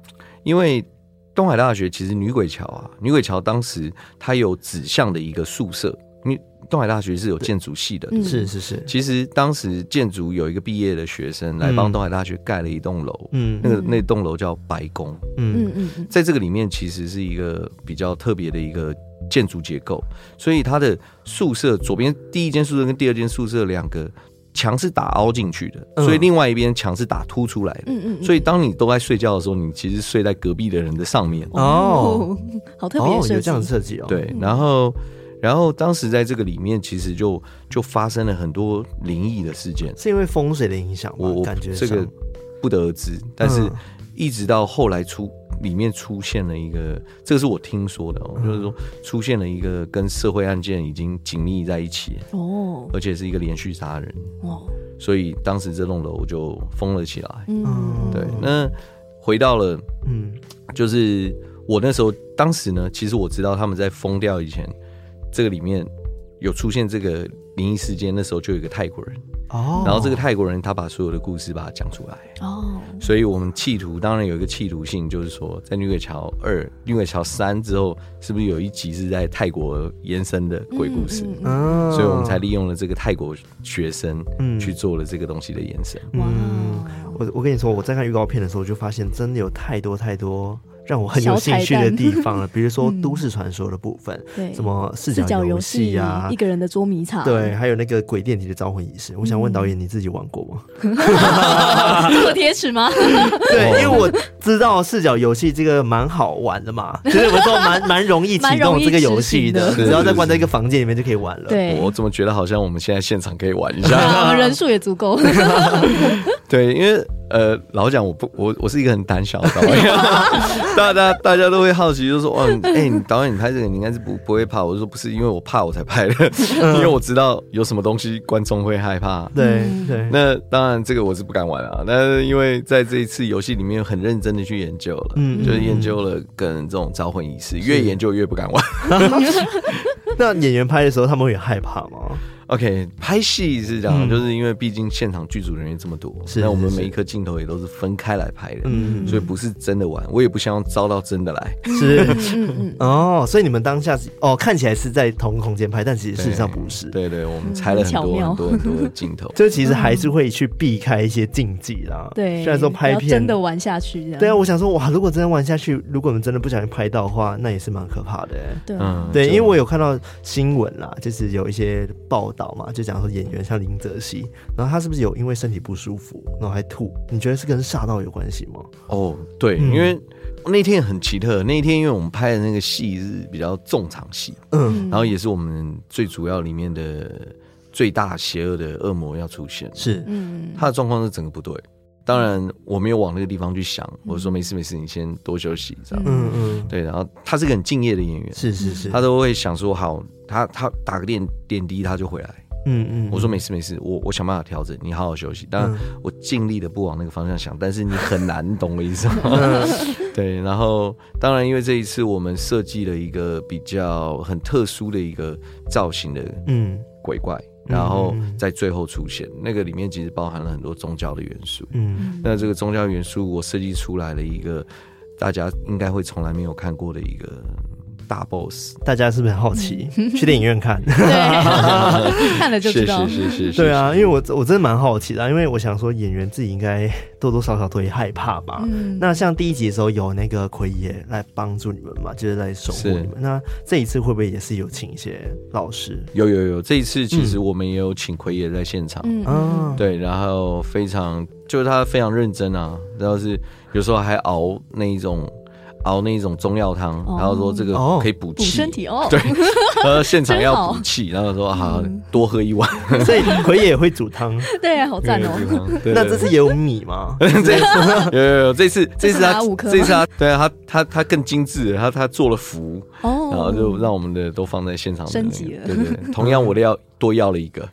Speaker 3: 因为东海大学其实女鬼桥啊，女鬼桥当时它有指向的一个宿舍，因为东海大学是有建筑系的。
Speaker 2: 嗯
Speaker 1: 是是是，
Speaker 3: 其实当时建筑有一个毕业的学生来帮东海大学盖了一栋楼，
Speaker 1: 嗯
Speaker 3: 那个那栋楼叫白宫，
Speaker 1: 嗯
Speaker 2: 嗯嗯嗯，
Speaker 3: 在这个里面其实是一个比较特别的一个建筑结构，所以它的宿舍左边第一间宿舍跟第二间宿舍两个墙是打凹进去的，
Speaker 1: 嗯
Speaker 3: 所以另外一边墙是打凸出来的，
Speaker 2: 嗯嗯，
Speaker 3: 所
Speaker 2: 以
Speaker 3: 以当你都在睡觉的时候，你其实睡在隔壁的人的上面。
Speaker 1: 哦，
Speaker 2: 好特别的
Speaker 1: 哦，有
Speaker 2: 设
Speaker 1: 这样的
Speaker 2: 计，
Speaker 1: 设计哦。，
Speaker 3: 对，然后，然后当时在这个里面，其实就就发生了很多灵异的事件。
Speaker 1: 是因为风水的影响吗
Speaker 3: 我？我
Speaker 1: 感觉
Speaker 3: 这个
Speaker 1: 上
Speaker 3: 不得而知，但是
Speaker 1: 嗯
Speaker 3: 一直到后来出里面出现了一个，这个是我听说的、哦，
Speaker 1: 嗯
Speaker 3: 就是说出现了一个跟社会案件已经紧密在一起，
Speaker 2: 哦
Speaker 3: 而且是一个连续杀人，
Speaker 2: 哦，
Speaker 3: 所以当时这栋楼就封了起来。
Speaker 2: 嗯，
Speaker 3: 对，那回到了。
Speaker 1: 嗯
Speaker 3: 就是我那时候，当时呢，其实我知道他们在疯掉以前，这个里面有出现这个灵异事件，那时候就有一个泰国人，
Speaker 1: 哦，
Speaker 3: 然后这个泰国人他把所有的故事把它讲出来，
Speaker 2: 哦，
Speaker 3: 所以我们企图当然有一个企图性，就是说在《女鬼桥二》《女鬼桥三》之后，是不是有一集是在泰国延伸的鬼故事？
Speaker 2: 嗯嗯
Speaker 1: 嗯
Speaker 3: 所以我们才利用了这个泰国学生
Speaker 1: 嗯
Speaker 3: 去做了这个东西的延伸。
Speaker 2: 哇哦，
Speaker 1: 我我跟你说，我在看预告片的时候，我就发现真的有太多太多让我很有
Speaker 2: 小
Speaker 1: 兴
Speaker 2: 彩
Speaker 1: 趣的
Speaker 2: 蛋
Speaker 1: 地
Speaker 2: [LAUGHS]
Speaker 1: 方了，比如说
Speaker 2: 嗯
Speaker 1: 都市传说的部分，
Speaker 2: 对，
Speaker 1: 什么视
Speaker 2: 视角
Speaker 1: 角
Speaker 2: 游啊
Speaker 1: 戏呀
Speaker 2: 一。个人的捉迷藏，
Speaker 1: 对，，还有那个鬼电梯的招魂仪式，我想问导演，你自己玩过吗？
Speaker 2: [LAUGHS] 这么贴
Speaker 1: [LAUGHS]
Speaker 2: 齿吗？哦
Speaker 1: 对，因为我知道视角游戏这个蛮好玩的
Speaker 2: [LAUGHS]
Speaker 1: 嘛，其实我说蛮蛮容易启
Speaker 2: 蛮容
Speaker 1: 动
Speaker 2: 易
Speaker 1: 这个
Speaker 2: 执
Speaker 1: 游戏
Speaker 2: 行
Speaker 1: 的，
Speaker 2: 的
Speaker 1: 只要在关在一个房间里面就可以玩了。
Speaker 2: 对，
Speaker 3: 我怎
Speaker 1: [LAUGHS]
Speaker 3: 么觉得好像我们现在现场可以玩一下？ [LAUGHS]
Speaker 2: 啊我们人数也足够，
Speaker 3: 对，因为呃，老讲我不，我我是一个很胆小的导
Speaker 1: [LAUGHS]
Speaker 3: 演，大家大家都会好奇，就说哇，你哎、你导演你拍这个，你应该是不不会怕。我就说不是，因为我怕我才拍的，
Speaker 1: 嗯
Speaker 3: 因为我知道有什么东西观众会害怕。
Speaker 1: 对
Speaker 2: 嗯 [LAUGHS]
Speaker 1: 对，
Speaker 3: 那当然，这个我是不敢玩啊。那因为在这一次游戏里面，很认真的去研究了，
Speaker 1: 嗯
Speaker 3: 就是研究了跟这种招魂仪式，越研究越不敢玩。
Speaker 1: 那演员拍的时候他们会很害怕吗？
Speaker 3: OK，拍戏是这样，
Speaker 1: 嗯
Speaker 3: 就是因为毕竟现场剧组人员这么多，
Speaker 1: 是
Speaker 3: 那我们
Speaker 1: 是是
Speaker 3: 每一颗镜头也都是分开来拍的，
Speaker 1: 嗯
Speaker 3: 所以不是真的玩，我也不希望招到真的来。
Speaker 1: 是
Speaker 2: 嗯嗯，
Speaker 1: 哦，所以你们当下是哦，看起来是在同个空间拍，但其实事实上
Speaker 3: 对
Speaker 1: 不是。。
Speaker 3: 对对，我们拆了很
Speaker 2: 很巧
Speaker 3: 多
Speaker 2: 妙
Speaker 3: 很多很多的镜头
Speaker 1: [LAUGHS] 就其实还是会去避开一些禁忌啦。
Speaker 2: 嗯对，
Speaker 1: 虽然说拍
Speaker 2: 不要
Speaker 1: 片
Speaker 2: 真的玩下去这样，
Speaker 1: 对啊，我想说哇，如果真的玩下去，如果我们真的不小心拍到的话，那也是蛮可怕的欸、
Speaker 2: 对啊，
Speaker 3: 嗯
Speaker 1: 对，因
Speaker 3: 就
Speaker 1: 为我有看到新闻啦，就是有一些报道嘛，就讲说演员像林则徐，然后他是不是有因为身体不舒服，然后还吐？你觉得是跟煞到有关系吗？
Speaker 3: 哦，对，
Speaker 1: 嗯
Speaker 3: 因为那天很奇特，那一天因为我们拍的那个戏是比较重场戏，
Speaker 1: 嗯，
Speaker 3: 然后也是我们最主要里面的最大邪恶的恶魔要出现，
Speaker 1: 是，
Speaker 2: 嗯，
Speaker 3: 他的状况是整个不对。当然，我没有往那个地方去想，我说没事没事，你先多休息这样。
Speaker 1: 嗯嗯，
Speaker 3: 对，然后他是个很敬业的演员，
Speaker 1: 是是是，
Speaker 3: 他都会想说好，他他打个电电滴他就回来。
Speaker 1: 嗯嗯，
Speaker 3: 我说没啊事没事，我我想办法调整，你好好休息。当然，我尽力的不往那个方向想，但是你很难，你懂我意
Speaker 1: [LAUGHS]
Speaker 3: 思吗？
Speaker 1: 嗯
Speaker 3: [LAUGHS] 对，然后当然，因为这一次我们设计了一个比较很特殊的一个造型的
Speaker 1: 嗯
Speaker 3: 鬼怪，然后
Speaker 1: 嗯嗯嗯
Speaker 3: 在最后出现，那个里面其实包含了很多宗教的元素。
Speaker 1: 嗯
Speaker 3: 那这个宗教元素，我设计出来了一个大家应该会从来没有看过的一个大 boss。
Speaker 1: 大家是不是很好奇？
Speaker 3: 嗯
Speaker 1: 去电影院
Speaker 3: [LAUGHS]
Speaker 1: 看。
Speaker 2: 对， [LAUGHS] 看了就知
Speaker 3: 是
Speaker 2: 道
Speaker 3: 是，是是是，
Speaker 1: 对啊，因为我我真的蛮好奇的啊、因为我想说演员自己应该多多少少都会害怕吧。
Speaker 2: 嗯，
Speaker 1: 那像第一集的时候有那个奎爷来帮助你们嘛，就是来守护
Speaker 3: 是
Speaker 1: 你们。那这一次会不会也是有请一些老师？
Speaker 3: 有有有，这一次其实我们也有请奎爷在现场，
Speaker 2: 嗯
Speaker 1: 啊，
Speaker 3: 对，然后非常就是他非常认真啊，然后是有时候还熬那一种熬那一种中药汤，
Speaker 2: 哦
Speaker 3: 然后说这个
Speaker 1: 哦
Speaker 3: 可以补
Speaker 2: 补
Speaker 3: 气，
Speaker 2: 身体哦，
Speaker 3: 对，然后 [LAUGHS] 现场
Speaker 2: 真
Speaker 3: 要
Speaker 2: 好嗯
Speaker 3: 补气，然后说好多喝一碗，
Speaker 1: 所以奎爷也会煮汤。
Speaker 2: [LAUGHS] 对啊，好赞哦，
Speaker 3: [LAUGHS]
Speaker 2: [LAUGHS]
Speaker 3: 对
Speaker 1: 那这次也有米吗？
Speaker 3: 这次 [LAUGHS] 有有有，这次
Speaker 2: 这
Speaker 3: 这
Speaker 2: 次
Speaker 3: 次他
Speaker 2: 拿五颗吗
Speaker 3: 这次他对啊，他他他更精致了，他他做了符，
Speaker 2: 哦，
Speaker 3: 然后就让我们的都放在现场的那
Speaker 2: 升
Speaker 3: 个
Speaker 2: 级了
Speaker 3: 对对，对同样我的要多要了一
Speaker 2: [LAUGHS]
Speaker 3: 个，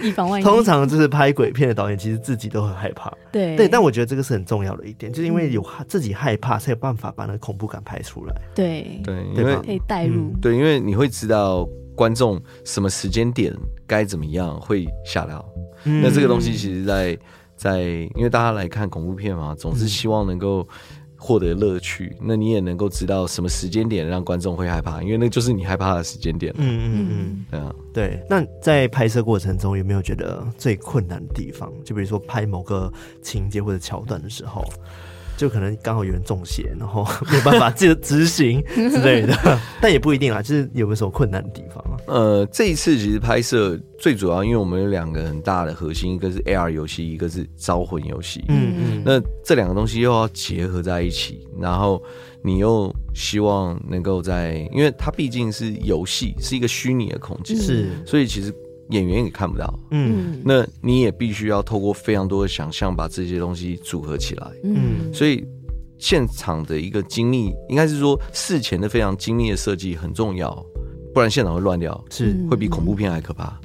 Speaker 2: 以防万一，
Speaker 1: 通常就是拍鬼片的导演，其实自己都很害怕。
Speaker 2: 对嗯
Speaker 1: 对，但我觉得这个是很重要的一点，就是因为有害自己害怕，才有办法把那个恐怖感拍出来。
Speaker 2: 对
Speaker 3: 对，因
Speaker 1: 对
Speaker 3: 为
Speaker 1: 吧
Speaker 2: 可以带入，
Speaker 3: 对，因为你会知道观众什么时间点该怎么样会吓到。
Speaker 1: 嗯
Speaker 3: 那这个东西其实在，在因为大家来看恐怖片嘛，总
Speaker 2: 嗯
Speaker 3: 是希望能够获得乐趣。那你也能够知道什么时间点让观众会害怕，因为那就是你害怕的时间点。
Speaker 1: 嗯嗯嗯，
Speaker 3: 对啊，
Speaker 1: 对。那在拍摄过程中有没有觉得最困难的地方？就比如说拍某个情节或者桥段的时候，就可能刚好有人中邪，然后 [LAUGHS] 没有办法执执行之类
Speaker 2: [LAUGHS]
Speaker 1: 的，但也不一定啦。就是有没有什么困难的地方啊？
Speaker 3: 呃，这一次其实拍摄最主要，因为我们有两个很大的核心，一个是 AR 游戏，一个是招魂游戏。
Speaker 1: 嗯嗯，
Speaker 3: 那这两个东西又要结合在一起，然后你又希望能够在，因为它毕竟是游戏，是一个虚拟的空间，
Speaker 1: 是
Speaker 3: 所以其实演员也看不到。
Speaker 1: 嗯
Speaker 2: 嗯
Speaker 3: 那你也必须要透过非常多的想象，把这些东西组合起来。
Speaker 1: 嗯
Speaker 3: 所以现场的一个精密，应该是说事前的非常精密的设计很重要，不然现场会乱掉，
Speaker 1: 是。
Speaker 2: 嗯
Speaker 3: 会比恐怖片还可怕。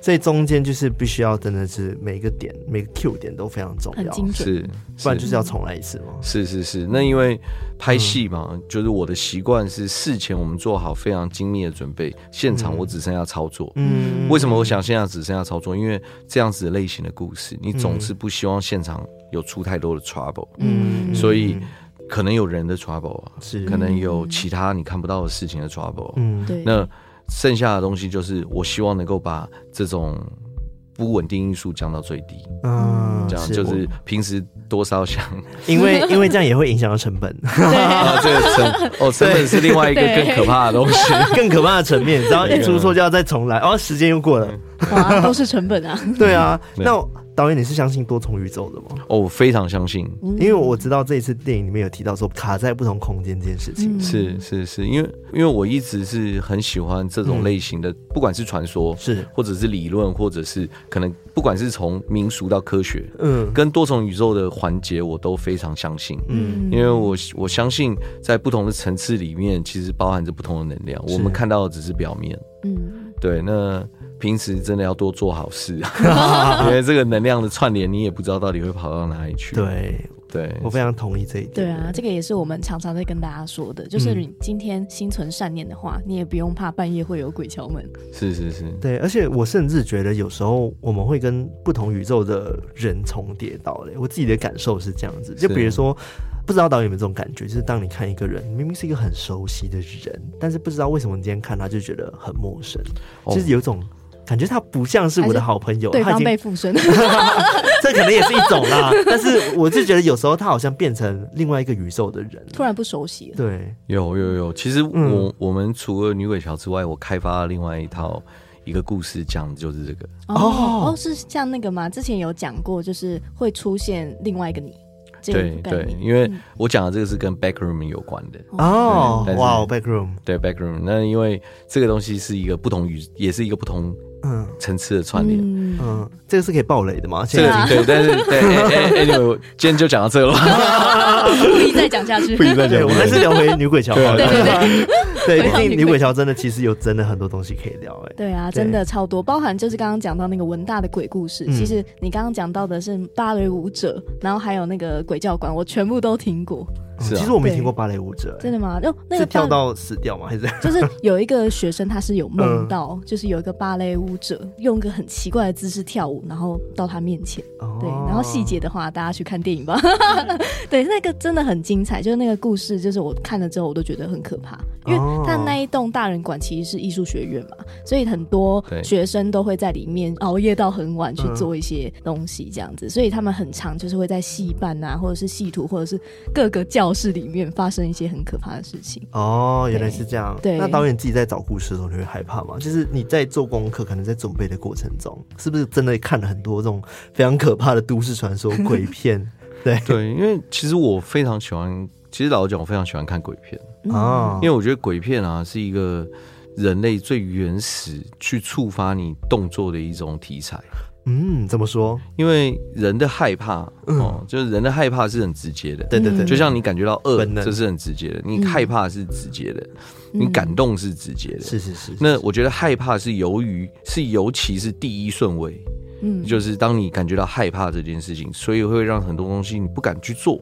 Speaker 1: 所以中间就是必须要真的是每一个点、每个 Q 点都非常重
Speaker 2: 很
Speaker 1: 要，
Speaker 2: 精准，
Speaker 3: 是，
Speaker 1: 不然
Speaker 3: 是
Speaker 1: 就是要重来一次嘛。
Speaker 3: 是是是，那因为拍戏嘛，
Speaker 1: 嗯
Speaker 3: 就是我的习惯是事前我们做好非常精密的准备，现场我只剩下操作。
Speaker 1: 嗯，
Speaker 3: 为什么我想现场只剩下操作？因为这样子的类型的故事，你总是不希望现场有出太多的 trouble，、
Speaker 2: 嗯
Speaker 3: 所以可能有人的 trouble 啊，
Speaker 1: 是
Speaker 3: 可能有其他你看不到的事情的 trouble 啊、
Speaker 1: 嗯
Speaker 2: 对，
Speaker 3: 那剩下的东西就是我希望能够把这种不稳定因素降到最低，
Speaker 1: 嗯
Speaker 3: 这样就是平时多烧香。
Speaker 1: 因为因为这样也会影响到成本，
Speaker 3: [LAUGHS] 啊，这个成哦，成本是另外一个
Speaker 1: [LAUGHS]
Speaker 2: 对
Speaker 3: 更可怕的东西。
Speaker 2: 啊
Speaker 1: 更可怕的层面，然后一出错就要再重来，哦，时间又过了，
Speaker 2: 哇，都是成本啊。
Speaker 1: 对啊，
Speaker 3: 对
Speaker 1: 那导演你是相信多重宇宙的吗？
Speaker 3: 哦，我非常相信，
Speaker 2: 嗯
Speaker 1: 因为我知道这一次电影里面有提到说卡在不同空间这件事情。
Speaker 2: 嗯
Speaker 3: 是是是，因为因为我一直是很喜欢这种
Speaker 1: 嗯
Speaker 3: 类型的，不管是传说，
Speaker 1: 是，
Speaker 3: 或者是理论，或者是可能，不管是从民俗到科学，
Speaker 1: 嗯
Speaker 3: 跟多重宇宙的环节，我都非常相信。
Speaker 1: [LAUGHS] 嗯
Speaker 3: 因为我我相信，在不同的层次里面，其实包含着不同的能量。
Speaker 1: 是
Speaker 3: 我们看到的只是表面。
Speaker 2: 嗯
Speaker 3: 对，那平时真的要多做好
Speaker 2: [LAUGHS]
Speaker 3: 事，因为这个能量的串联，你也不知道到底会跑到哪里去。
Speaker 1: 对
Speaker 3: 对，
Speaker 2: 哦
Speaker 1: 我非常同意这一点。
Speaker 2: 嗯对啊，这个也是我们常常在跟大家说的，就是
Speaker 1: 嗯
Speaker 2: 你今天心存善念的话，你也不用怕半夜会有鬼敲门。
Speaker 1: 哦
Speaker 3: 是是是，
Speaker 1: 对，而且我甚至觉得有时候我们会跟不同宇宙的人重叠到嘞，我自己的感受是这样子。就比如说，不知道导演有没有这种感觉，就是当你看一个人，明明是一个很熟悉的人，但是不知道为什么你今天看他就觉得很陌生，
Speaker 3: 哦
Speaker 1: 就是有一种感觉他不像是我的好朋友，
Speaker 2: 对
Speaker 1: 他已
Speaker 2: 方
Speaker 1: 经
Speaker 2: 被附身， [LAUGHS]
Speaker 1: [LAUGHS] 这可能也是一种啦。但是我就觉得有时候他好像变成另外一个宇宙的人，
Speaker 2: 突然不熟悉了。
Speaker 1: 对，
Speaker 3: 有有有，其实我、
Speaker 1: 嗯
Speaker 3: 我们除了女鬼桥之外，我开发了另外一套一个故事，讲的就是这个。
Speaker 1: 哦
Speaker 2: 哦，是像那个吗？之前有讲过，就是会出现另外一个你，这个
Speaker 3: 对
Speaker 2: 概
Speaker 3: 对，
Speaker 2: 念。嗯
Speaker 3: 因为我讲的这个是跟 backroom 有关的。
Speaker 1: 哦
Speaker 3: 对但，是
Speaker 1: 哇，backroom，
Speaker 3: 对 backroom，那因为这个东西是一个不同语，也是一个不同
Speaker 1: 嗯
Speaker 3: 层次的串联。
Speaker 1: [LAUGHS]
Speaker 2: 嗯啊
Speaker 1: 嗯，这个是可以爆雷的吗？
Speaker 3: 这
Speaker 1: 现
Speaker 3: 个
Speaker 1: 在已经
Speaker 3: 对，但是对哎哎，anyway，我今天就讲到这了
Speaker 2: [LAUGHS] 哦
Speaker 3: 吧，
Speaker 2: 故意再讲
Speaker 1: [LAUGHS]
Speaker 2: 下去，
Speaker 3: 不宜再
Speaker 1: 对，
Speaker 3: 讲。
Speaker 1: 我们还是聊回女鬼桥好了。
Speaker 3: 对啊
Speaker 2: 对对
Speaker 1: 对，
Speaker 2: 回到
Speaker 1: 毕
Speaker 2: 女
Speaker 1: 竟女
Speaker 2: 鬼
Speaker 1: 鬼桥真的其实有真的很多东西可以聊哎、
Speaker 2: [LAUGHS] 对啊，真的超多，包含就是刚刚讲到那个文大的鬼故事，
Speaker 1: 嗯
Speaker 2: 其实你刚刚讲到的是芭蕾舞者，然后还有那个鬼教官，我全部都听过。
Speaker 3: 是啊
Speaker 1: 其实我没听过芭蕾舞者、哎
Speaker 2: 真的吗？哦，那
Speaker 1: 是
Speaker 2: 个
Speaker 1: 跳
Speaker 2: 芭
Speaker 1: 到死掉吗？还是
Speaker 2: 就是有一个学生，他是有梦
Speaker 1: 嗯
Speaker 2: 到，就是有一个芭蕾舞者用一个很奇怪的姿势跳舞，然后到他面前。
Speaker 1: 哦嗯
Speaker 2: 对，然后细节的话，大家去看电影吧。 [LAUGHS] 对，那个真的很精彩，就是那个故事，就是我看了之后我都觉得很可怕，因
Speaker 1: 哦
Speaker 2: 为他那一栋大人馆其实是艺术学院嘛，所以很多
Speaker 3: 对
Speaker 2: 学生都会在里面熬夜到很晚去
Speaker 1: 嗯
Speaker 2: 做一些东西，这样子，所以他们很常就是会在戏班啊，或者是戏图，或者是各个教室里面发生一些很可怕的事情。
Speaker 1: 哦，原来是这样。
Speaker 2: 对嗯
Speaker 1: 那导演自己在找故事的时候，你会害怕吗？就是你在做功课，可能在准备的过程中，是不是真的看了很多这种非常可怕的都市传说、鬼
Speaker 2: [LAUGHS]
Speaker 1: 片？对，
Speaker 3: 对，因为其实我非常喜欢，其实老实讲，我非常喜欢看鬼片，
Speaker 2: 嗯
Speaker 1: 哦，
Speaker 3: 因为我觉得鬼片啊是一个人类最原始去触发你动作的一种题材。
Speaker 1: 嗯，怎么说？
Speaker 3: 因为人的害怕，哦，就是人的害怕是很直接的，
Speaker 1: 嗯对对
Speaker 2: 嗯
Speaker 1: 对，
Speaker 3: 就像你感觉到饿
Speaker 1: 本，能嗯
Speaker 3: 这是很直接的；你害怕是直接的，
Speaker 2: 嗯
Speaker 3: 你感动是直接的。
Speaker 1: 是是是，
Speaker 3: 那我觉得害怕是由于是尤其是第一顺位，
Speaker 2: 嗯
Speaker 3: 就是当你感觉到害怕这件事情，所以会让很多东西你不敢去做，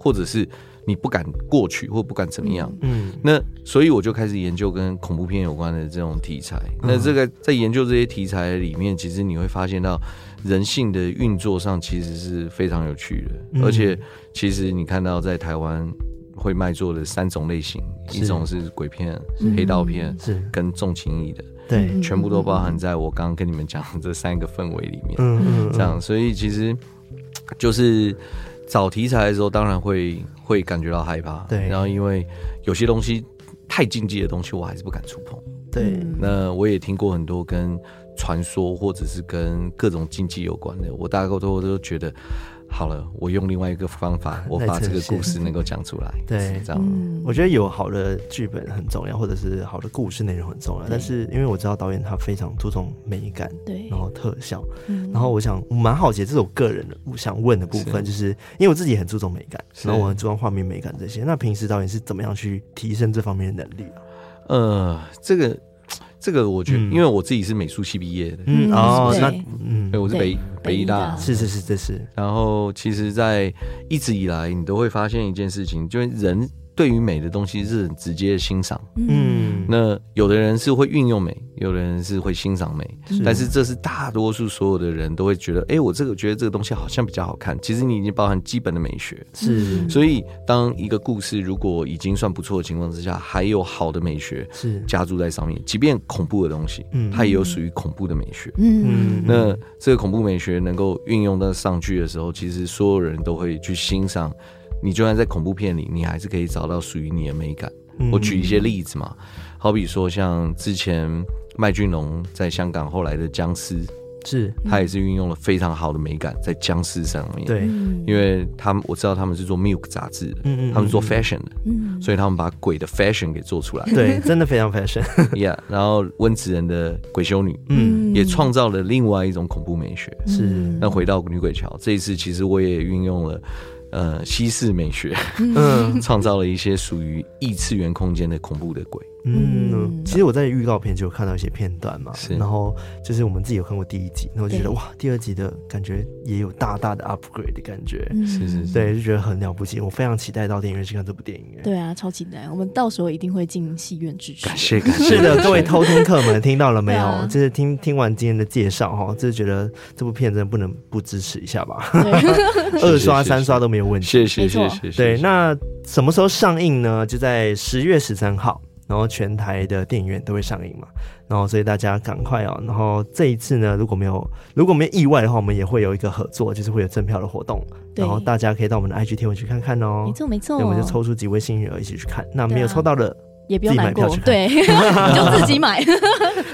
Speaker 3: 或者是你不敢过去，或不敢怎么样。
Speaker 1: 嗯
Speaker 3: 那所以我就开始研究跟恐怖片有关的这种题材。那这个在研究这些题材里面，其实你会发现到人性的运作上其实是非常有趣的，
Speaker 1: 嗯
Speaker 3: 而且其实你看到在台湾会卖座的三种类型，
Speaker 1: 是
Speaker 3: 一种是鬼片
Speaker 2: 嗯、
Speaker 3: 黑道片
Speaker 1: 是
Speaker 3: 跟重情义的，
Speaker 1: 对，
Speaker 2: 嗯
Speaker 3: 全部都包含在我刚刚跟你们讲的这三个氛围里面。
Speaker 1: 嗯嗯，
Speaker 3: 这样，所以其实就是找题材的时候，当然会会感觉到害怕，
Speaker 1: 对
Speaker 3: 然后因为有些东西太禁忌的东西，我还是不敢触碰。
Speaker 1: 对，
Speaker 2: 嗯
Speaker 3: 那我也听过很多跟传说或者是跟各种禁忌有关的，我大概都都觉得。好了，我用另外一个方法，我把这个故事能够讲出来，
Speaker 1: [LAUGHS] 对嗯
Speaker 3: 是这样，
Speaker 2: 嗯
Speaker 1: 我觉得有好的剧本很重要，或者是好的故事内容很重要。但是因为我知道导演他非常注重美感，
Speaker 2: 对
Speaker 1: 然后特效，
Speaker 2: 嗯
Speaker 1: 哦然后我想我蛮好奇，这是我个人的我想问的部分，就是因为我自己也很注重美感，
Speaker 3: 是
Speaker 1: 然后我很注重画面美感这些。那平时导演是怎么样去提升这方面的能力啊？
Speaker 3: 呃，这个，这个，我觉得，
Speaker 1: 嗯
Speaker 3: 因为我自己是美术系毕业的，
Speaker 1: 嗯，
Speaker 2: 嗯
Speaker 1: 哦，
Speaker 2: 对
Speaker 1: 那嗯
Speaker 3: 对，，我是
Speaker 2: 对
Speaker 3: 北
Speaker 2: 北
Speaker 3: 北
Speaker 2: 医
Speaker 3: 医
Speaker 2: 大
Speaker 3: 大
Speaker 1: 是是是，这是
Speaker 3: 然后，其实，在一直以来，你都会发现一件事情，就是人对于美的东西是很直接的欣赏。
Speaker 1: 嗯，
Speaker 3: 那有的人是会运用美，有的人是会欣赏美，
Speaker 2: 嗯
Speaker 1: 是
Speaker 3: 但是这是大多数所有的人都会觉得，哎，我这个觉得这个东西好像比较好看。其实你已经包含基本的美学，
Speaker 1: 是
Speaker 3: 所以当一个故事如果已经算不错的情况之下，还有好的美学
Speaker 1: 是
Speaker 3: 加注在上面，即便恐怖的东西
Speaker 1: 嗯，
Speaker 3: 它也有属于恐怖的美学。
Speaker 2: 嗯
Speaker 3: 那这个恐怖美学能够运用到上去的时候，其实所有人都会去欣赏你就算在恐怖片里，你还是可以找到属于你的美感。
Speaker 1: 嗯
Speaker 3: 我举一些例子嘛，好比说像之前麦浚龙在香港后来的僵尸，
Speaker 1: 嗯是，
Speaker 3: 他也是运用了非常好的美感在僵尸上面。，
Speaker 1: 对，
Speaker 2: 嗯
Speaker 3: 因为他们我知道他们是做 Milk 杂志的，
Speaker 1: 嗯嗯
Speaker 3: 他们是做
Speaker 1: 嗯
Speaker 3: fashion 的，
Speaker 2: 嗯
Speaker 3: 所以他们把鬼的 fashion 给做
Speaker 1: [LAUGHS]
Speaker 3: 出来。
Speaker 1: 对，真的非常 fashion，
Speaker 3: ，Yeah，然后温子仁的鬼修女
Speaker 1: 嗯，
Speaker 3: 也创造了另外一种恐怖美学。
Speaker 2: 嗯
Speaker 1: 是，
Speaker 3: 那回到女鬼桥这一次，其实我也运用了呃西式美学，
Speaker 1: 嗯
Speaker 3: [LAUGHS] 创造了一些属于异次元空间的恐怖的鬼。
Speaker 1: 嗯，
Speaker 2: 嗯
Speaker 1: 其实我在预告片就有看到一些片段嘛，
Speaker 3: 是
Speaker 1: 然后就是我们自己有看过第一集，然后就觉得
Speaker 2: 对
Speaker 1: 哇，第二集的感觉也有大大的 upgrade 的感觉，
Speaker 2: 嗯
Speaker 3: 是是是
Speaker 1: 对，就觉得很了不起，我非常期待到电影院去看这部电影。哎
Speaker 2: 对啊，超期待！我们到时候一定会进戏院支持。
Speaker 3: 感谢感 [LAUGHS] 谢，
Speaker 1: 是的，各位偷听客们听到了没
Speaker 2: 对
Speaker 1: 有？
Speaker 2: [LAUGHS] 啊
Speaker 1: 就是听听完今天的介绍哈，就是觉得这部片真的不能不支持一下
Speaker 2: [LAUGHS]
Speaker 1: 吧，
Speaker 2: 对
Speaker 1: 二刷三刷都没有问题。
Speaker 3: 谢谢
Speaker 2: 没错
Speaker 3: 谢谢。
Speaker 1: 对，那什么时候上映呢？就在十月十三号，然后全台的电影院都会上映嘛。然后所以大家赶快哦。然后这一次呢，如果没有如果没有意外的话，我们也会有一个合作，就是会有赠票的活动，[LAUGHS]
Speaker 2: 对，
Speaker 1: 然后大家可以到我们的 IG 贴文去看看哦
Speaker 2: 没。错没错，
Speaker 1: 对，我们就抽出几位幸运儿一起去看。那没有
Speaker 2: 对啊
Speaker 1: 抽到的，
Speaker 2: 也不用难过
Speaker 1: 自己，买
Speaker 2: 对， [LAUGHS] 就自
Speaker 1: [LAUGHS]
Speaker 2: 己买，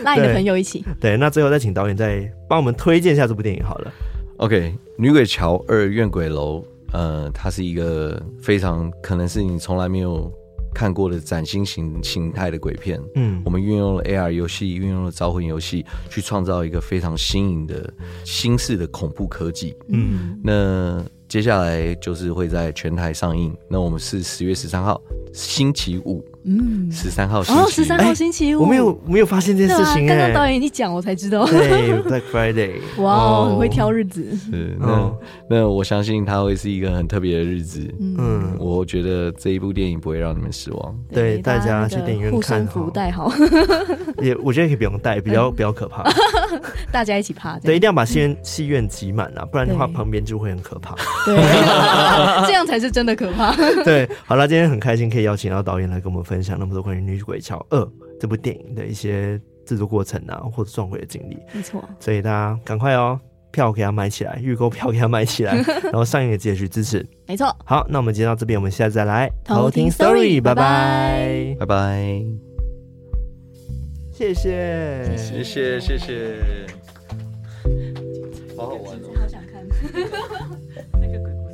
Speaker 2: 拉你的朋友一起。
Speaker 1: 对，那最后再请导演再帮我们推荐一下这部电影好了。
Speaker 3: OK，《女鬼桥二怨鬼楼》呃，它是一个非常可能是你从来没有看过的崭新形形态的鬼片。
Speaker 1: 嗯
Speaker 3: 我们运用了 AR 游戏，运用了招魂游戏，去创造一个非常新颖的新式的恐怖科技。
Speaker 1: 嗯
Speaker 3: 那接下来就是会在全台上映。那我们是十月十三号星期五，
Speaker 2: 嗯，
Speaker 3: 十三号星期
Speaker 2: 哦，
Speaker 3: 五
Speaker 2: 十三
Speaker 1: 哎
Speaker 2: 号星期五，
Speaker 1: 我没有没有发现这件
Speaker 2: 对
Speaker 1: 事
Speaker 2: 啊，
Speaker 1: 情
Speaker 2: 刚
Speaker 1: 哎、
Speaker 2: 刚导演一讲我才知道，
Speaker 1: 对 Black Friday，
Speaker 2: 哇哦，很会挑日子，
Speaker 3: 是
Speaker 1: 哦
Speaker 3: 那那我相信它会是一个很特别的日子。
Speaker 2: 嗯。
Speaker 1: 嗯，
Speaker 3: 我觉得这一部电影不会让你们失望。
Speaker 1: 对大家
Speaker 2: 那
Speaker 1: 去
Speaker 2: 个
Speaker 1: 电影院
Speaker 2: 护
Speaker 1: 看
Speaker 2: 身
Speaker 1: 哈
Speaker 2: 符带好， [LAUGHS]
Speaker 1: 也我觉得可以不用带，比
Speaker 2: 嗯
Speaker 1: 较比较可怕。
Speaker 2: 大家一起趴。这
Speaker 1: 对，一
Speaker 2: 样
Speaker 1: 定要把戏院戏院挤满啊，不然的话
Speaker 2: 对
Speaker 1: 旁边就会很可怕。
Speaker 2: 对， [LAUGHS] 这样才是真的可怕。
Speaker 1: 对，好了，今天很开心可以邀请到导演来跟我们分享那么多关于《女鬼桥二》这部电影的一些制作过程啊，或者撞鬼的经历。
Speaker 2: 没错，
Speaker 1: 所以大家赶快哦，票给他买起来，预购票给他买起来，然后上映也记得去支持。
Speaker 2: 没错。
Speaker 1: 好，那我们今天到这边，我们下次再来
Speaker 2: 偷听 story，
Speaker 1: 拜
Speaker 2: 拜
Speaker 1: 拜
Speaker 2: 拜，
Speaker 3: 拜拜，
Speaker 1: 谢谢，
Speaker 2: 谢谢谢谢谢
Speaker 3: 谢，好好玩哦。
Speaker 2: 好想看那个鬼故事。